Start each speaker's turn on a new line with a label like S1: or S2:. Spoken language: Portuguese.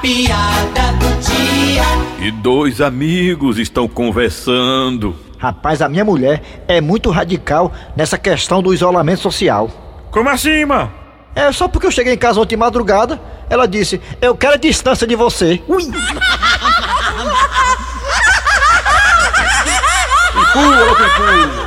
S1: piada do dia.
S2: E dois amigos estão conversando.
S3: Rapaz, a minha mulher é muito radical nessa questão do isolamento social.
S4: Como assim, mano?
S3: É só porque eu cheguei em casa ontem de madrugada, ela disse: Eu quero a distância de você. Ui!
S4: Pula, Pepe!